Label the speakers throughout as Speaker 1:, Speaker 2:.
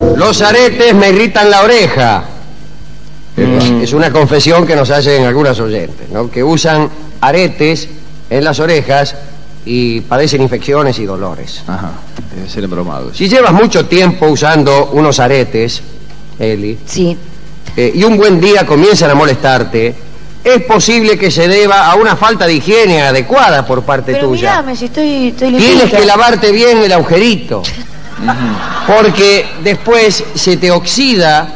Speaker 1: Los aretes me irritan la oreja. Mm. Es una confesión que nos hacen algunas oyentes, ¿no? Que usan aretes en las orejas y padecen infecciones y dolores.
Speaker 2: Ajá, debe ser embromado. eso.
Speaker 1: Si llevas mucho tiempo usando unos aretes, Eli,
Speaker 3: Sí.
Speaker 1: eh, y un buen día comienzan a molestarte, es posible que se deba a una falta de higiene adecuada por parte
Speaker 3: Pero
Speaker 1: tuya.
Speaker 3: mírame, si estoy, estoy
Speaker 1: Tienes
Speaker 3: limpita.
Speaker 1: que lavarte bien el agujerito,
Speaker 2: Ujú.
Speaker 1: porque después se te oxida.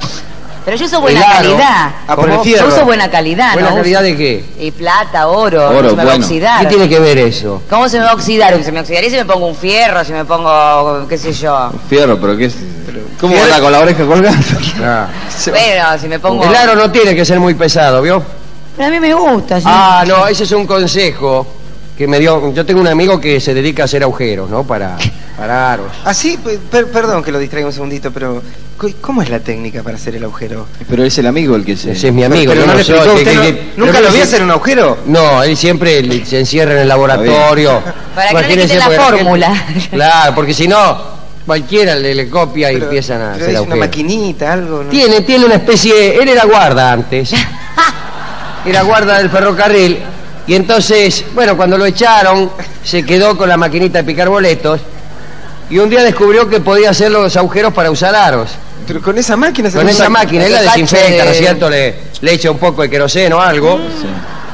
Speaker 3: Pero yo uso buena
Speaker 1: el aro.
Speaker 3: calidad.
Speaker 2: Ah, por el
Speaker 1: ¿Cómo?
Speaker 2: fierro.
Speaker 3: Yo uso buena calidad,
Speaker 1: ¿Buena
Speaker 3: ¿no?
Speaker 1: calidad de qué?
Speaker 3: Y plata, oro,
Speaker 2: Oro,
Speaker 3: no se me va a
Speaker 2: bueno.
Speaker 3: oxidar.
Speaker 1: ¿Qué tiene que ver eso?
Speaker 3: ¿Cómo se me va a oxidar? Se me oxidaría si me pongo un fierro, si me pongo, qué sé yo.
Speaker 2: Fierro, pero ¿qué es? ¿Cómo
Speaker 1: Fierro-
Speaker 2: anda con la oreja colgando? Se va-
Speaker 3: Bueno, si me pongo...
Speaker 1: Ah. El aro no tiene que ser muy pesado, ¿vio?
Speaker 3: Pero a mí me gusta, sí.
Speaker 1: Ah, no, ese es un consejo que me dio. Yo tengo un amigo que se dedica a hacer agujeros, ¿no? Para, para aros.
Speaker 4: Así, Ah, pe- per- perdón que lo distraiga un segundito, pero cu- ¿cómo es la técnica para hacer el agujero?
Speaker 2: Pero es el amigo el que se...
Speaker 1: Ese es mi amigo.
Speaker 4: pero
Speaker 1: yo
Speaker 4: no le
Speaker 1: soy,
Speaker 4: explicó
Speaker 1: que-
Speaker 4: usted,
Speaker 1: que-
Speaker 4: no-
Speaker 1: que-
Speaker 4: ¿Nunca
Speaker 1: pero
Speaker 4: lo
Speaker 1: no
Speaker 4: vi
Speaker 1: sé-
Speaker 4: hacer un agujero?
Speaker 1: No, él siempre le- se encierra en el laboratorio.
Speaker 3: Para que no le
Speaker 1: Imagínese,
Speaker 3: quiten la
Speaker 1: porque gente-
Speaker 3: fórmula.
Speaker 1: Claro, porque si no, cualquiera le, le copia y
Speaker 4: Pero-
Speaker 1: empiezan a
Speaker 4: pero
Speaker 1: hacer
Speaker 4: es una
Speaker 1: agujeros.
Speaker 4: maquinita, algo. ¿no?
Speaker 1: Tiene, tiene una especie. Él era guarda antes. Era guarda del ferrocarril. Y entonces, bueno, cuando lo echaron, se quedó con la maquinita de picar boletos. Y un día descubrió que podía hacer los agujeros para usar aros.
Speaker 4: Pero con esa máquina se
Speaker 1: Con esa máquina, él la
Speaker 3: Cacho
Speaker 1: desinfecta,
Speaker 3: de-
Speaker 1: ¿no es cierto? Le, le echa un poco de queroseno o algo.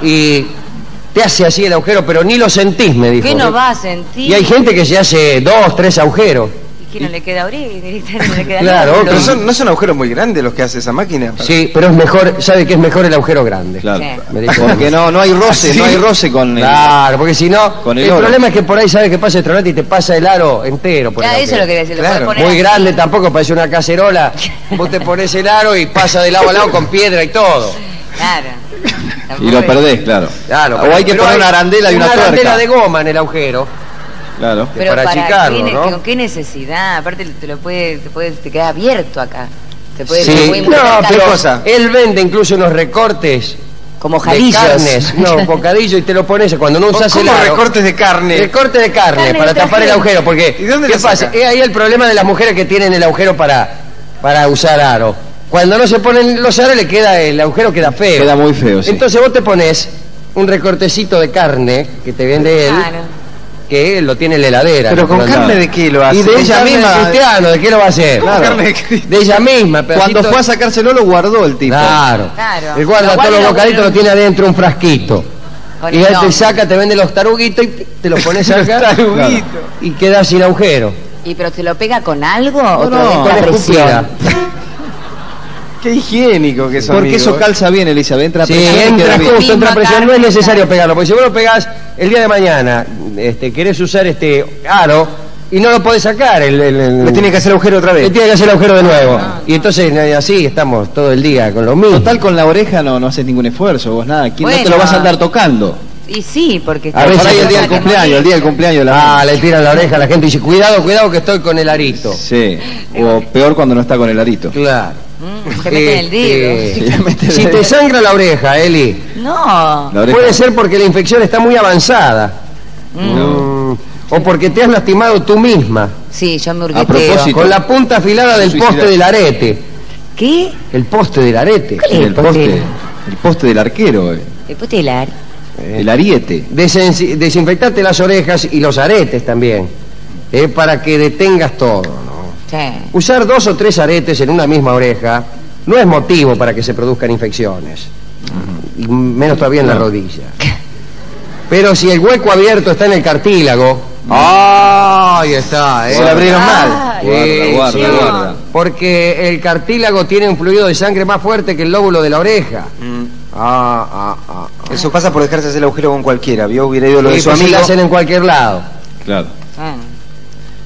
Speaker 1: Y te hace así el agujero, pero ni lo sentís, me dijo.
Speaker 3: ¿Qué no va a sentir?
Speaker 1: Y hay gente que se hace dos, tres agujeros.
Speaker 3: Y que no le queda orín, directamente le queda
Speaker 1: Claro,
Speaker 3: nódulo.
Speaker 4: Pero son- no son agujeros muy grandes los que hace esa máquina.
Speaker 1: Sí, pero es mejor, sabe que es mejor el agujero grande.
Speaker 2: Claro.
Speaker 3: Sí.
Speaker 1: Me dijo.
Speaker 2: Porque no, no hay roce,
Speaker 4: ¿Sí?
Speaker 2: no hay roce con el...
Speaker 1: Claro, porque si no,
Speaker 2: Con
Speaker 1: el,
Speaker 2: el oro.
Speaker 1: problema es que por ahí sabe que pasa el tronete y te pasa el aro entero. Por
Speaker 3: Ya,
Speaker 1: el
Speaker 3: eso es lo que
Speaker 1: agujero.
Speaker 3: decía.
Speaker 4: Claro,
Speaker 1: Muy grande tampoco, parece una cacerola. Vos te pones el aro y pasa de lado a lado con piedra y todo.
Speaker 3: Claro.
Speaker 2: Y lo perdés, claro.
Speaker 1: Claro,
Speaker 2: o hay que
Speaker 1: pero
Speaker 2: poner
Speaker 1: hay
Speaker 2: una arandela y una, tuerca.
Speaker 1: arandela de goma en el agujero.
Speaker 2: Claro.
Speaker 1: Pero para achicarlo,
Speaker 3: qué, ne-
Speaker 1: ¿no?
Speaker 3: ¿Con qué necesidad? Aparte te lo puede, te puede, te queda abierto acá. Te puede, te
Speaker 1: Sí.
Speaker 3: puede
Speaker 1: No,
Speaker 3: involucrar.
Speaker 1: pero
Speaker 4: cosa.
Speaker 1: él vende incluso unos recortes
Speaker 3: como
Speaker 1: de
Speaker 3: jalillos.
Speaker 1: carnes. No, bocadillo y te lo pones cuando no usas el
Speaker 4: ¿Cómo
Speaker 1: aro.
Speaker 4: recortes de carne?
Speaker 1: Recorte de carne,
Speaker 3: Carne
Speaker 1: para
Speaker 3: de
Speaker 1: tapar el
Speaker 3: trajero.
Speaker 1: agujero, porque
Speaker 4: ¿Y dónde
Speaker 1: ¿qué
Speaker 4: la saca?
Speaker 1: pasa? Es ahí el problema de las mujeres que tienen el agujero para, para usar aro. Cuando no se ponen los aros le queda el agujero queda feo.
Speaker 2: Queda muy feo, sí.
Speaker 1: Entonces vos te pones un recortecito de carne que te vende él,
Speaker 3: Claro.
Speaker 1: que él lo tiene en la heladera.
Speaker 4: Pero con
Speaker 1: No, no.
Speaker 4: carne de qué lo hace.
Speaker 1: Y de
Speaker 4: Con
Speaker 1: ella
Speaker 4: carne
Speaker 1: misma,
Speaker 4: de-
Speaker 1: cristiano, ¿de qué lo va a hacer?
Speaker 4: ¿Cómo carne de Cristo?
Speaker 1: De ella misma, pero
Speaker 2: Cuando fue a sacárselo lo guardó el
Speaker 4: pues.
Speaker 2: tipo.
Speaker 1: Claro.
Speaker 3: Claro.
Speaker 1: El guarda
Speaker 3: Lo
Speaker 1: todos los
Speaker 3: guarda,
Speaker 1: bocaditos,
Speaker 3: bueno.
Speaker 1: lo tiene adentro un frasquito.
Speaker 3: Con
Speaker 1: Y
Speaker 3: el
Speaker 1: él te
Speaker 3: nombre.
Speaker 1: saca, te vende los taruguitos y te te los pones acá
Speaker 4: Taruguito.
Speaker 1: y quedas sin agujero.
Speaker 3: ¿Y pero te lo pega con algo o te
Speaker 2: no,
Speaker 3: lo deja
Speaker 1: Con
Speaker 3: la
Speaker 1: escupida.
Speaker 3: presión?
Speaker 4: Qué higiénico que son.
Speaker 2: Porque eso
Speaker 4: amigo, ¿eh?
Speaker 2: calza bien, Elizabeth. Entra
Speaker 1: Sí,
Speaker 2: presión y
Speaker 1: entra
Speaker 2: queda bien.
Speaker 1: justo, entra
Speaker 3: Misma
Speaker 1: presión. No es
Speaker 3: carne,
Speaker 1: necesario
Speaker 3: claro.
Speaker 1: pegarlo, porque si vos lo pegás el día de mañana, este, querés usar este aro y no lo podés sacar. El, el- el-
Speaker 4: Le tiene que hacer agujero otra
Speaker 1: le
Speaker 4: vez.
Speaker 1: tiene que hacer el agujero de nuevo.
Speaker 3: Ah,
Speaker 1: Y entonces eh, así estamos todo el día con lo mismo.
Speaker 2: Total, con la oreja no, no haces ningún esfuerzo, vos nada. ¿Quién No te
Speaker 3: Bueno.
Speaker 2: lo vas a andar tocando.
Speaker 3: Y sí, porque...
Speaker 1: A
Speaker 2: Por
Speaker 1: veces
Speaker 2: ahí el
Speaker 1: te
Speaker 2: día del
Speaker 1: sacan
Speaker 2: cumpleaños, el día del cumpleaños de la
Speaker 1: Ah, le tiran la oreja a la gente y dice, cuidado, cuidado que estoy con el arito.
Speaker 2: Sí, o peor cuando no está con el arito.
Speaker 1: Claro.
Speaker 3: Mm, te meten el dedo.
Speaker 1: Este,
Speaker 2: Sí, le mete el
Speaker 1: si
Speaker 2: dedo.
Speaker 1: te sangra la oreja, Eli,
Speaker 3: No.
Speaker 2: La oreja.
Speaker 1: puede ser porque la infección está muy avanzada. Mm, O porque te has lastimado tú misma.
Speaker 3: Sí, yo me
Speaker 2: A
Speaker 3: urgueteo.
Speaker 2: propósito.
Speaker 1: Con la punta afilada del
Speaker 2: Suicida.
Speaker 1: poste del arete.
Speaker 3: ¿Qué?
Speaker 1: El poste del arete.
Speaker 3: ¿Cuál es
Speaker 2: El
Speaker 3: el
Speaker 2: poste,
Speaker 3: poste?
Speaker 2: el poste del arquero, eh,
Speaker 3: Después te la...
Speaker 2: el ariete.
Speaker 1: Desensi- Desinfectate las orejas y los aretes también. eh, para que detengas todo. ¿no?
Speaker 3: Sí.
Speaker 1: Usar dos o tres aretes en una misma oreja no es motivo para que se produzcan infecciones. Y menos todavía en la rodilla. Pero si el hueco abierto está en el cartílago. ¡Ah! Ahí está, ¿eh?
Speaker 2: Se lo abrieron
Speaker 3: Ah,
Speaker 2: mal. Guarda,
Speaker 1: Sí,
Speaker 2: guarda,
Speaker 1: sí.
Speaker 2: guarda.
Speaker 1: Porque el cartílago tiene un fluido de sangre más fuerte que el lóbulo de la oreja.
Speaker 4: Mm,
Speaker 1: Ah, ah, ah. ah.
Speaker 4: Eso pasa por dejarse hacer el agujero con cualquiera. Vio, hubiera ido lo de
Speaker 1: Sí,
Speaker 4: su
Speaker 1: pues se
Speaker 4: amigo.
Speaker 1: la hacen en cualquier lado.
Speaker 2: Claro,
Speaker 3: Ah.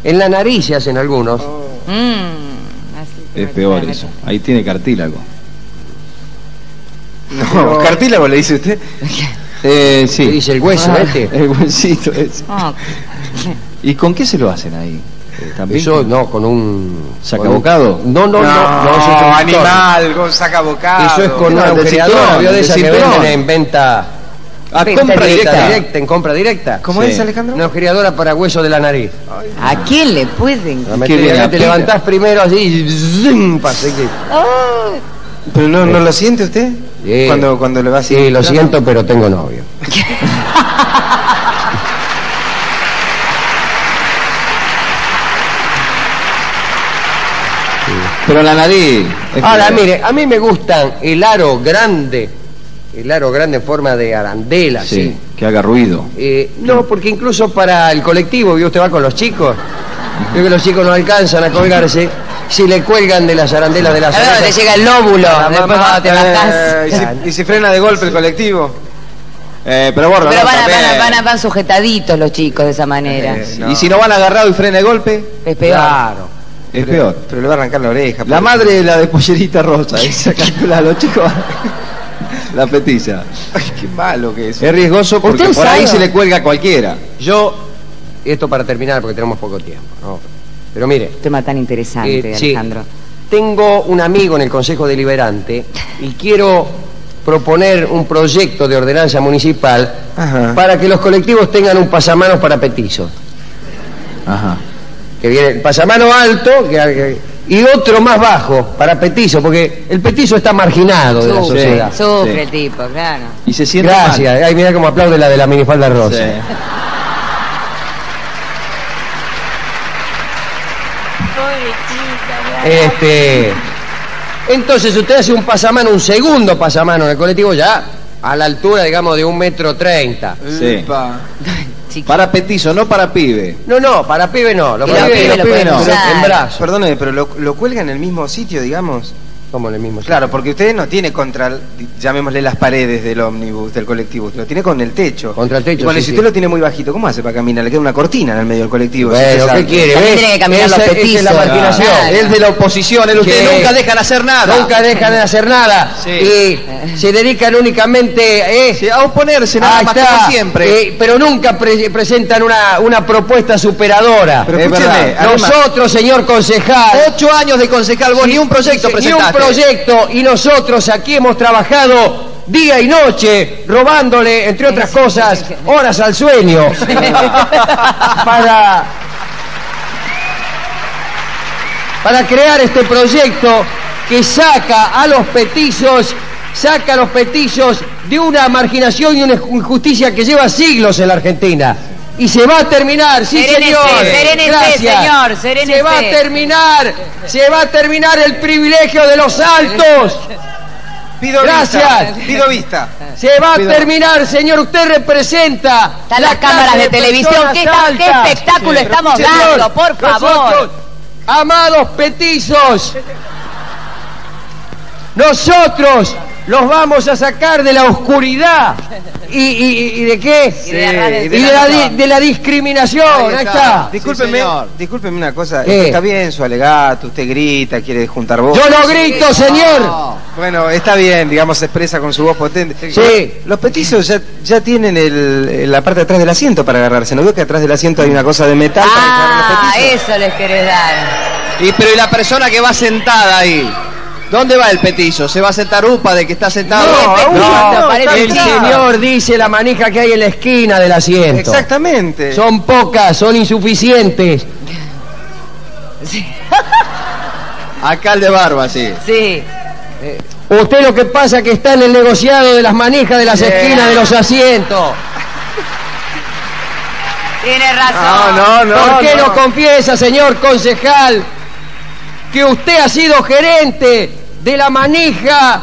Speaker 1: En la nariz se hacen algunos.
Speaker 3: Mm, así te
Speaker 2: es
Speaker 3: metes,
Speaker 2: peor
Speaker 3: te
Speaker 2: eso.
Speaker 3: metes.
Speaker 2: Ahí tiene cartílago.
Speaker 4: No, cartílago le dice usted.
Speaker 2: Eh,
Speaker 1: Se
Speaker 2: sí.
Speaker 1: Dice el hueso,
Speaker 2: Ah,
Speaker 1: este.
Speaker 2: El huesito ese.
Speaker 3: Ah,
Speaker 2: ¿Y con qué se lo hacen ahí? Eh, ¿También?
Speaker 1: Eso no, con un.
Speaker 2: ¿Sacabocado?
Speaker 1: con un- No, no, no. no, eso es un
Speaker 4: animal, con
Speaker 1: Eso es con
Speaker 4: sacabocado.
Speaker 1: una
Speaker 2: No, del
Speaker 1: agujereadora,
Speaker 2: cinturón,
Speaker 1: vio de
Speaker 2: del
Speaker 1: esas que
Speaker 2: cinturón.
Speaker 1: venden en venta.
Speaker 2: A
Speaker 3: Venta
Speaker 2: compra directa.
Speaker 1: directa, en compra directa.
Speaker 4: ¿Cómo
Speaker 2: Sí.
Speaker 4: es, Alejandro?
Speaker 1: Una criadora para hueso de la nariz.
Speaker 3: ¿A quién le pueden?
Speaker 1: La
Speaker 2: Qué
Speaker 1: metí-
Speaker 2: bien,
Speaker 1: te
Speaker 2: aplica.
Speaker 1: levantás primero así y zzzum, pasa que-
Speaker 3: Ay,
Speaker 4: ¿Pero no, no lo siente usted?
Speaker 1: Sí.
Speaker 4: Cuando, cuando le va así.
Speaker 1: Sí, lo siento, pero tengo novio.
Speaker 2: Pero la nariz. es
Speaker 1: Ahora,
Speaker 2: que-
Speaker 1: mire, a mí me gustan el aro grande, el aro grande en forma de arandela,
Speaker 2: Sí,
Speaker 1: sí.
Speaker 2: que haga ruido.
Speaker 1: Eh, no, porque incluso para el colectivo, ¿vio? usted va con los chicos, veo que los chicos no alcanzan a colgarse, si le cuelgan de las arandelas de las
Speaker 3: Claro, te
Speaker 1: orejas.
Speaker 3: llega el lóbulo, después cuando te
Speaker 4: Eh,
Speaker 3: bajás.
Speaker 4: y, se, y se frena de golpe el colectivo.
Speaker 2: Eh, pero borra,
Speaker 3: Pero
Speaker 2: ¿no?
Speaker 3: van, a- van, a-
Speaker 2: También.
Speaker 3: van, a- van sujetaditos los chicos de esa manera.
Speaker 4: Eh,
Speaker 2: Y si no van agarrado y frena de golpe,
Speaker 3: Es peor.
Speaker 2: Ah.
Speaker 1: Claro.
Speaker 2: es
Speaker 4: pero,
Speaker 2: peor.
Speaker 4: Pero le va a arrancar la oreja. pues.
Speaker 2: La
Speaker 4: pobre.
Speaker 2: madre de la de pollerita rosa, esa calcula a los chicos. La petiza.
Speaker 4: Ay, qué malo que es.
Speaker 2: Es riesgoso porque
Speaker 3: ¿Usted
Speaker 2: por ahí se
Speaker 3: sabe?
Speaker 2: le cuelga a cualquiera.
Speaker 1: Yo, esto para terminar, porque tenemos poco tiempo, ¿no? Pero mire,
Speaker 3: Un tema tan interesante,
Speaker 1: Eh, sí.
Speaker 3: Alejandro.
Speaker 1: Tengo un amigo en el Consejo Deliberante y quiero proponer un proyecto de ordenanza municipal
Speaker 4: Ajá.
Speaker 1: para que los colectivos tengan un pasamanos para petizos.
Speaker 2: Ajá.
Speaker 1: Que viene el pasamano alto que- que- y otro más bajo para petizo, porque el petizo está marginado de la
Speaker 2: Sí,
Speaker 1: sociedad.
Speaker 2: sí.
Speaker 3: Sufre el tipo, claro.
Speaker 2: Y se siente
Speaker 1: Gracias. Ay, mira cómo aplaude la de la minifalda
Speaker 2: mal.
Speaker 1: rosa.
Speaker 2: Sí.
Speaker 1: Este, entonces usted hace un pasamano, un segundo pasamano en el colectivo ya a la altura, digamos, de un metro treinta.
Speaker 2: Sí.
Speaker 4: Epa.
Speaker 3: Chiquito.
Speaker 2: Para petizo, no para pibe.
Speaker 1: No, no, para pibe no. Los
Speaker 3: Y los
Speaker 1: pibes,
Speaker 2: pibes
Speaker 1: los
Speaker 2: lo
Speaker 1: pibes
Speaker 2: pueden
Speaker 1: no.
Speaker 3: usar.
Speaker 1: En brazos.
Speaker 4: Perdóneme, Ah, pero lo, lo cuelga en el mismo sitio, digamos.
Speaker 1: Como en el mismo.
Speaker 4: Claro, porque usted no tiene contra, llamémosle las paredes del ómnibus, del colectivo, usted lo tiene con el techo.
Speaker 1: Contra el techo,
Speaker 4: Y bueno,
Speaker 1: sí,
Speaker 4: si
Speaker 1: sí.
Speaker 4: usted lo tiene muy bajito, ¿cómo hace para caminar? Le queda una cortina en el medio del colectivo. si usted
Speaker 1: Bueno, ¿qué
Speaker 4: sabe.
Speaker 1: quiere?
Speaker 3: También
Speaker 1: ¿Ves?
Speaker 3: tiene que caminar
Speaker 1: Esa-
Speaker 3: los
Speaker 1: esa es la
Speaker 3: petizos.
Speaker 1: marginación.
Speaker 3: Claro.
Speaker 1: Es de la
Speaker 2: oposición, él
Speaker 1: usted nunca dejan
Speaker 2: hacer
Speaker 1: Nunca dejan de hacer nada.
Speaker 2: Sí.
Speaker 1: Y se dedican únicamente eh,
Speaker 2: a oponerse,
Speaker 1: ahí está. Eh, pero nunca pre- presentan una, una propuesta superadora.
Speaker 4: Pero
Speaker 2: Es
Speaker 4: escúcheme,
Speaker 2: verdad.
Speaker 4: además-
Speaker 1: nosotros, señor concejal.
Speaker 2: Ocho años de concejal, vos
Speaker 1: Sí,
Speaker 2: ni un
Speaker 1: sí,
Speaker 2: proyecto
Speaker 1: Ni un
Speaker 2: presentaste.
Speaker 1: proyecto. Y nosotros aquí hemos trabajado día y noche, robándole, entre otras
Speaker 3: Sí, sí,
Speaker 1: cosas,
Speaker 3: sí, sí.
Speaker 1: horas al sueño. para. Para crear este proyecto que saca a los petizos, saca a los petizos de una marginación y una injusticia que lleva siglos en la Argentina. Y se va a terminar, sí
Speaker 3: Serénese,
Speaker 1: señor.
Speaker 3: serénese,
Speaker 1: Gracias.
Speaker 3: señor, serénese.
Speaker 1: Se va a terminar, se va a terminar el privilegio de los altos.
Speaker 4: Pido
Speaker 1: Gracias.
Speaker 4: vista. Pido vista.
Speaker 1: Se va a terminar, señor. Usted representa.
Speaker 3: Están
Speaker 1: la
Speaker 3: las cámaras
Speaker 1: clase
Speaker 3: de televisión. ¿Qué,
Speaker 1: personas
Speaker 3: qué
Speaker 1: altas.
Speaker 3: espectáculo estamos
Speaker 1: Señor,
Speaker 3: dando? Por
Speaker 1: nosotros,
Speaker 3: favor.
Speaker 1: amados petizos, nosotros los vamos a sacar de la oscuridad. ¿Y, y- y de qué?
Speaker 3: Y de la radio.
Speaker 1: Y de la, di- de la discriminación. Ahí está.
Speaker 4: Discúlpeme,
Speaker 2: señor.
Speaker 4: discúlpeme una cosa.
Speaker 1: ¿Qué?
Speaker 4: Está bien su alegato, usted grita, quiere juntar voz.
Speaker 1: Yo no grito, señor.
Speaker 4: Bueno, está bien, digamos, se expresa con su voz potente.
Speaker 1: Sí.
Speaker 4: Los petizos ya, ya tienen el- la parte de atrás del asiento para agarrarse. ¿No veo que atrás del asiento hay una cosa de metal? para agarrar los
Speaker 3: Ah,
Speaker 4: petizos?
Speaker 3: eso les querés dar.
Speaker 2: Y pero y la persona que va sentada ahí. ¿Dónde va el petizo? ¿Se va a sentar upa de que está sentado?
Speaker 4: No,
Speaker 2: Eh,
Speaker 4: upa,
Speaker 1: No,
Speaker 3: parece
Speaker 1: el
Speaker 3: que no.
Speaker 1: señor dice la manija que hay en la esquina del asiento.
Speaker 4: Exactamente.
Speaker 1: Son pocas, son insuficientes.
Speaker 2: Acá el de barba, sí.
Speaker 3: Sí.
Speaker 1: Usted lo que pasa es que está en el negociado de las manijas de las esquinas de los asientos.
Speaker 3: Tiene
Speaker 4: No,
Speaker 3: razón.
Speaker 4: no, no.
Speaker 1: ¿Por qué
Speaker 4: no.
Speaker 1: no confiesa, señor concejal, que usted ha sido gerente de la manija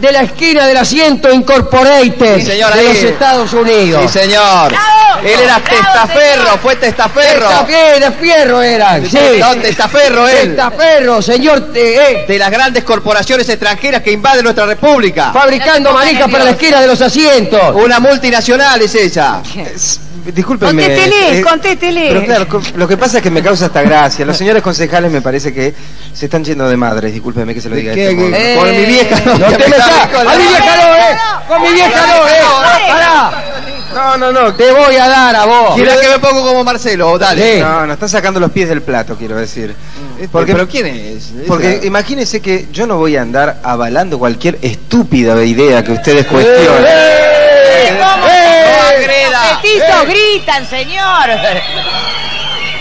Speaker 1: de la esquina del asiento Incorporated
Speaker 2: Sí, señor,
Speaker 1: de
Speaker 2: ahí.
Speaker 1: los Estados
Speaker 2: Sí,
Speaker 1: Unidos?
Speaker 2: señor.
Speaker 3: Bravo,
Speaker 2: Él era
Speaker 3: bravo,
Speaker 2: testaferro,
Speaker 3: señor.
Speaker 2: fue testaferro.
Speaker 1: Testafe- de fierro eran, sí.
Speaker 2: No, testaferro él.
Speaker 1: Testaferro, señor, eh, eh,
Speaker 2: De las grandes corporaciones extranjeras que invaden nuestra república.
Speaker 1: fabricando
Speaker 3: No se ponga
Speaker 1: manijas para la
Speaker 3: nervioso.
Speaker 1: esquina de los asientos.
Speaker 2: Una multinacional es ella.
Speaker 4: Es- Discúlpeme.
Speaker 3: Contéstele,
Speaker 4: eh,
Speaker 3: contéstele.
Speaker 4: Pero claro, co- lo que pasa es que me causa hasta gracia. Los señores concejales me parece que se están yendo de madres. Discúlpeme que se lo diga de este modo.
Speaker 3: Eh,
Speaker 2: Por mi vieja.
Speaker 1: No te metas. A mi vieja no, eh. Con mi vieja no, eh.
Speaker 3: No,
Speaker 1: Pará.
Speaker 4: No, no, no.
Speaker 1: Te voy a dar a vos.
Speaker 2: Mirá que me pongo como Marcelo, dale. Mm.
Speaker 1: Sí.
Speaker 4: No, no, están sacando los pies del plato, quiero decir. Porque,
Speaker 2: ¿Pero quién es?
Speaker 4: porque
Speaker 2: Esa-
Speaker 4: imagínense que yo no voy a andar avalando cualquier estúpida idea que ustedes
Speaker 1: Eh,
Speaker 4: cuestionen.
Speaker 1: eh,
Speaker 4: Eh,
Speaker 1: eh,
Speaker 2: rueda.
Speaker 3: Los petizos
Speaker 1: ¡Eh!
Speaker 3: gritan, señor.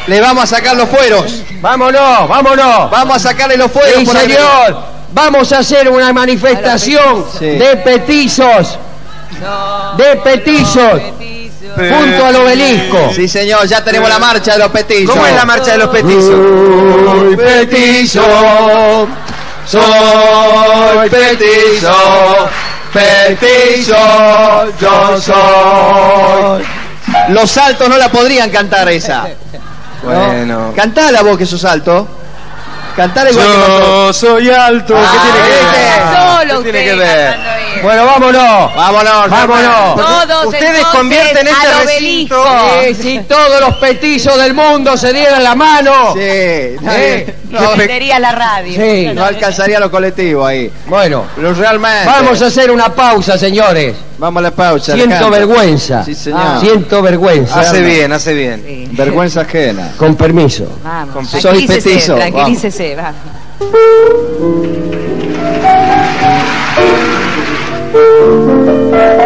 Speaker 2: Le vamos a sacar los fueros.
Speaker 1: Vámonos, vámonos.
Speaker 2: Vamos a sacarle los fueros.
Speaker 1: Sí,
Speaker 2: por haber-
Speaker 1: señor. Vamos a hacer una manifestación
Speaker 4: Sí.
Speaker 1: de petizos
Speaker 3: No,
Speaker 1: De petizos.
Speaker 3: petizo.
Speaker 1: junto al obelisco.
Speaker 2: Sí, señor, ya tenemos la marcha de los petizos.
Speaker 4: ¿Cómo es la marcha de los petizos?
Speaker 1: Soy petizo, soy petizo, petizo, yo soy.
Speaker 2: Los saltos no la podrían cantar esa.
Speaker 4: Bueno.
Speaker 2: Cantá la voz que sos alto. Cantá igual que nosotros.
Speaker 4: soy alto. ¿Qué
Speaker 2: Ah,
Speaker 4: tiene que
Speaker 3: este.
Speaker 4: ver?
Speaker 2: ¿viste?
Speaker 3: Solo
Speaker 4: ¿Qué tiene
Speaker 3: ustedes
Speaker 4: que ver?
Speaker 3: cantando ahí.
Speaker 1: Bueno, vámonos.
Speaker 2: Vámonos,
Speaker 1: Vámonos.
Speaker 2: hermano.
Speaker 3: Todos
Speaker 4: Ustedes
Speaker 3: entonces
Speaker 4: convierten este
Speaker 3: al
Speaker 4: recinto.
Speaker 3: obelisco.
Speaker 1: Eh, si todos los petizos del mundo se dieran la mano.
Speaker 2: Sí,
Speaker 1: Eh,
Speaker 2: no,
Speaker 3: Vendería la radio.
Speaker 1: Sí.
Speaker 2: no alcanzaría los colectivos ahí.
Speaker 1: Bueno,
Speaker 2: Los realmente.
Speaker 1: vamos a hacer una pausa, señores.
Speaker 2: Vamos a la pausa.
Speaker 1: Siento
Speaker 2: Alejandro.
Speaker 1: vergüenza.
Speaker 2: Sí, señor.
Speaker 1: Ah, Siento vergüenza.
Speaker 4: Hace bien, hace bien.
Speaker 3: Sí.
Speaker 2: Vergüenza ajena.
Speaker 1: Con permiso.
Speaker 3: Vamos,
Speaker 2: Soy
Speaker 3: tranquilícese,
Speaker 2: petizo, vamos.
Speaker 3: Tranquilícese, va.
Speaker 5: Thank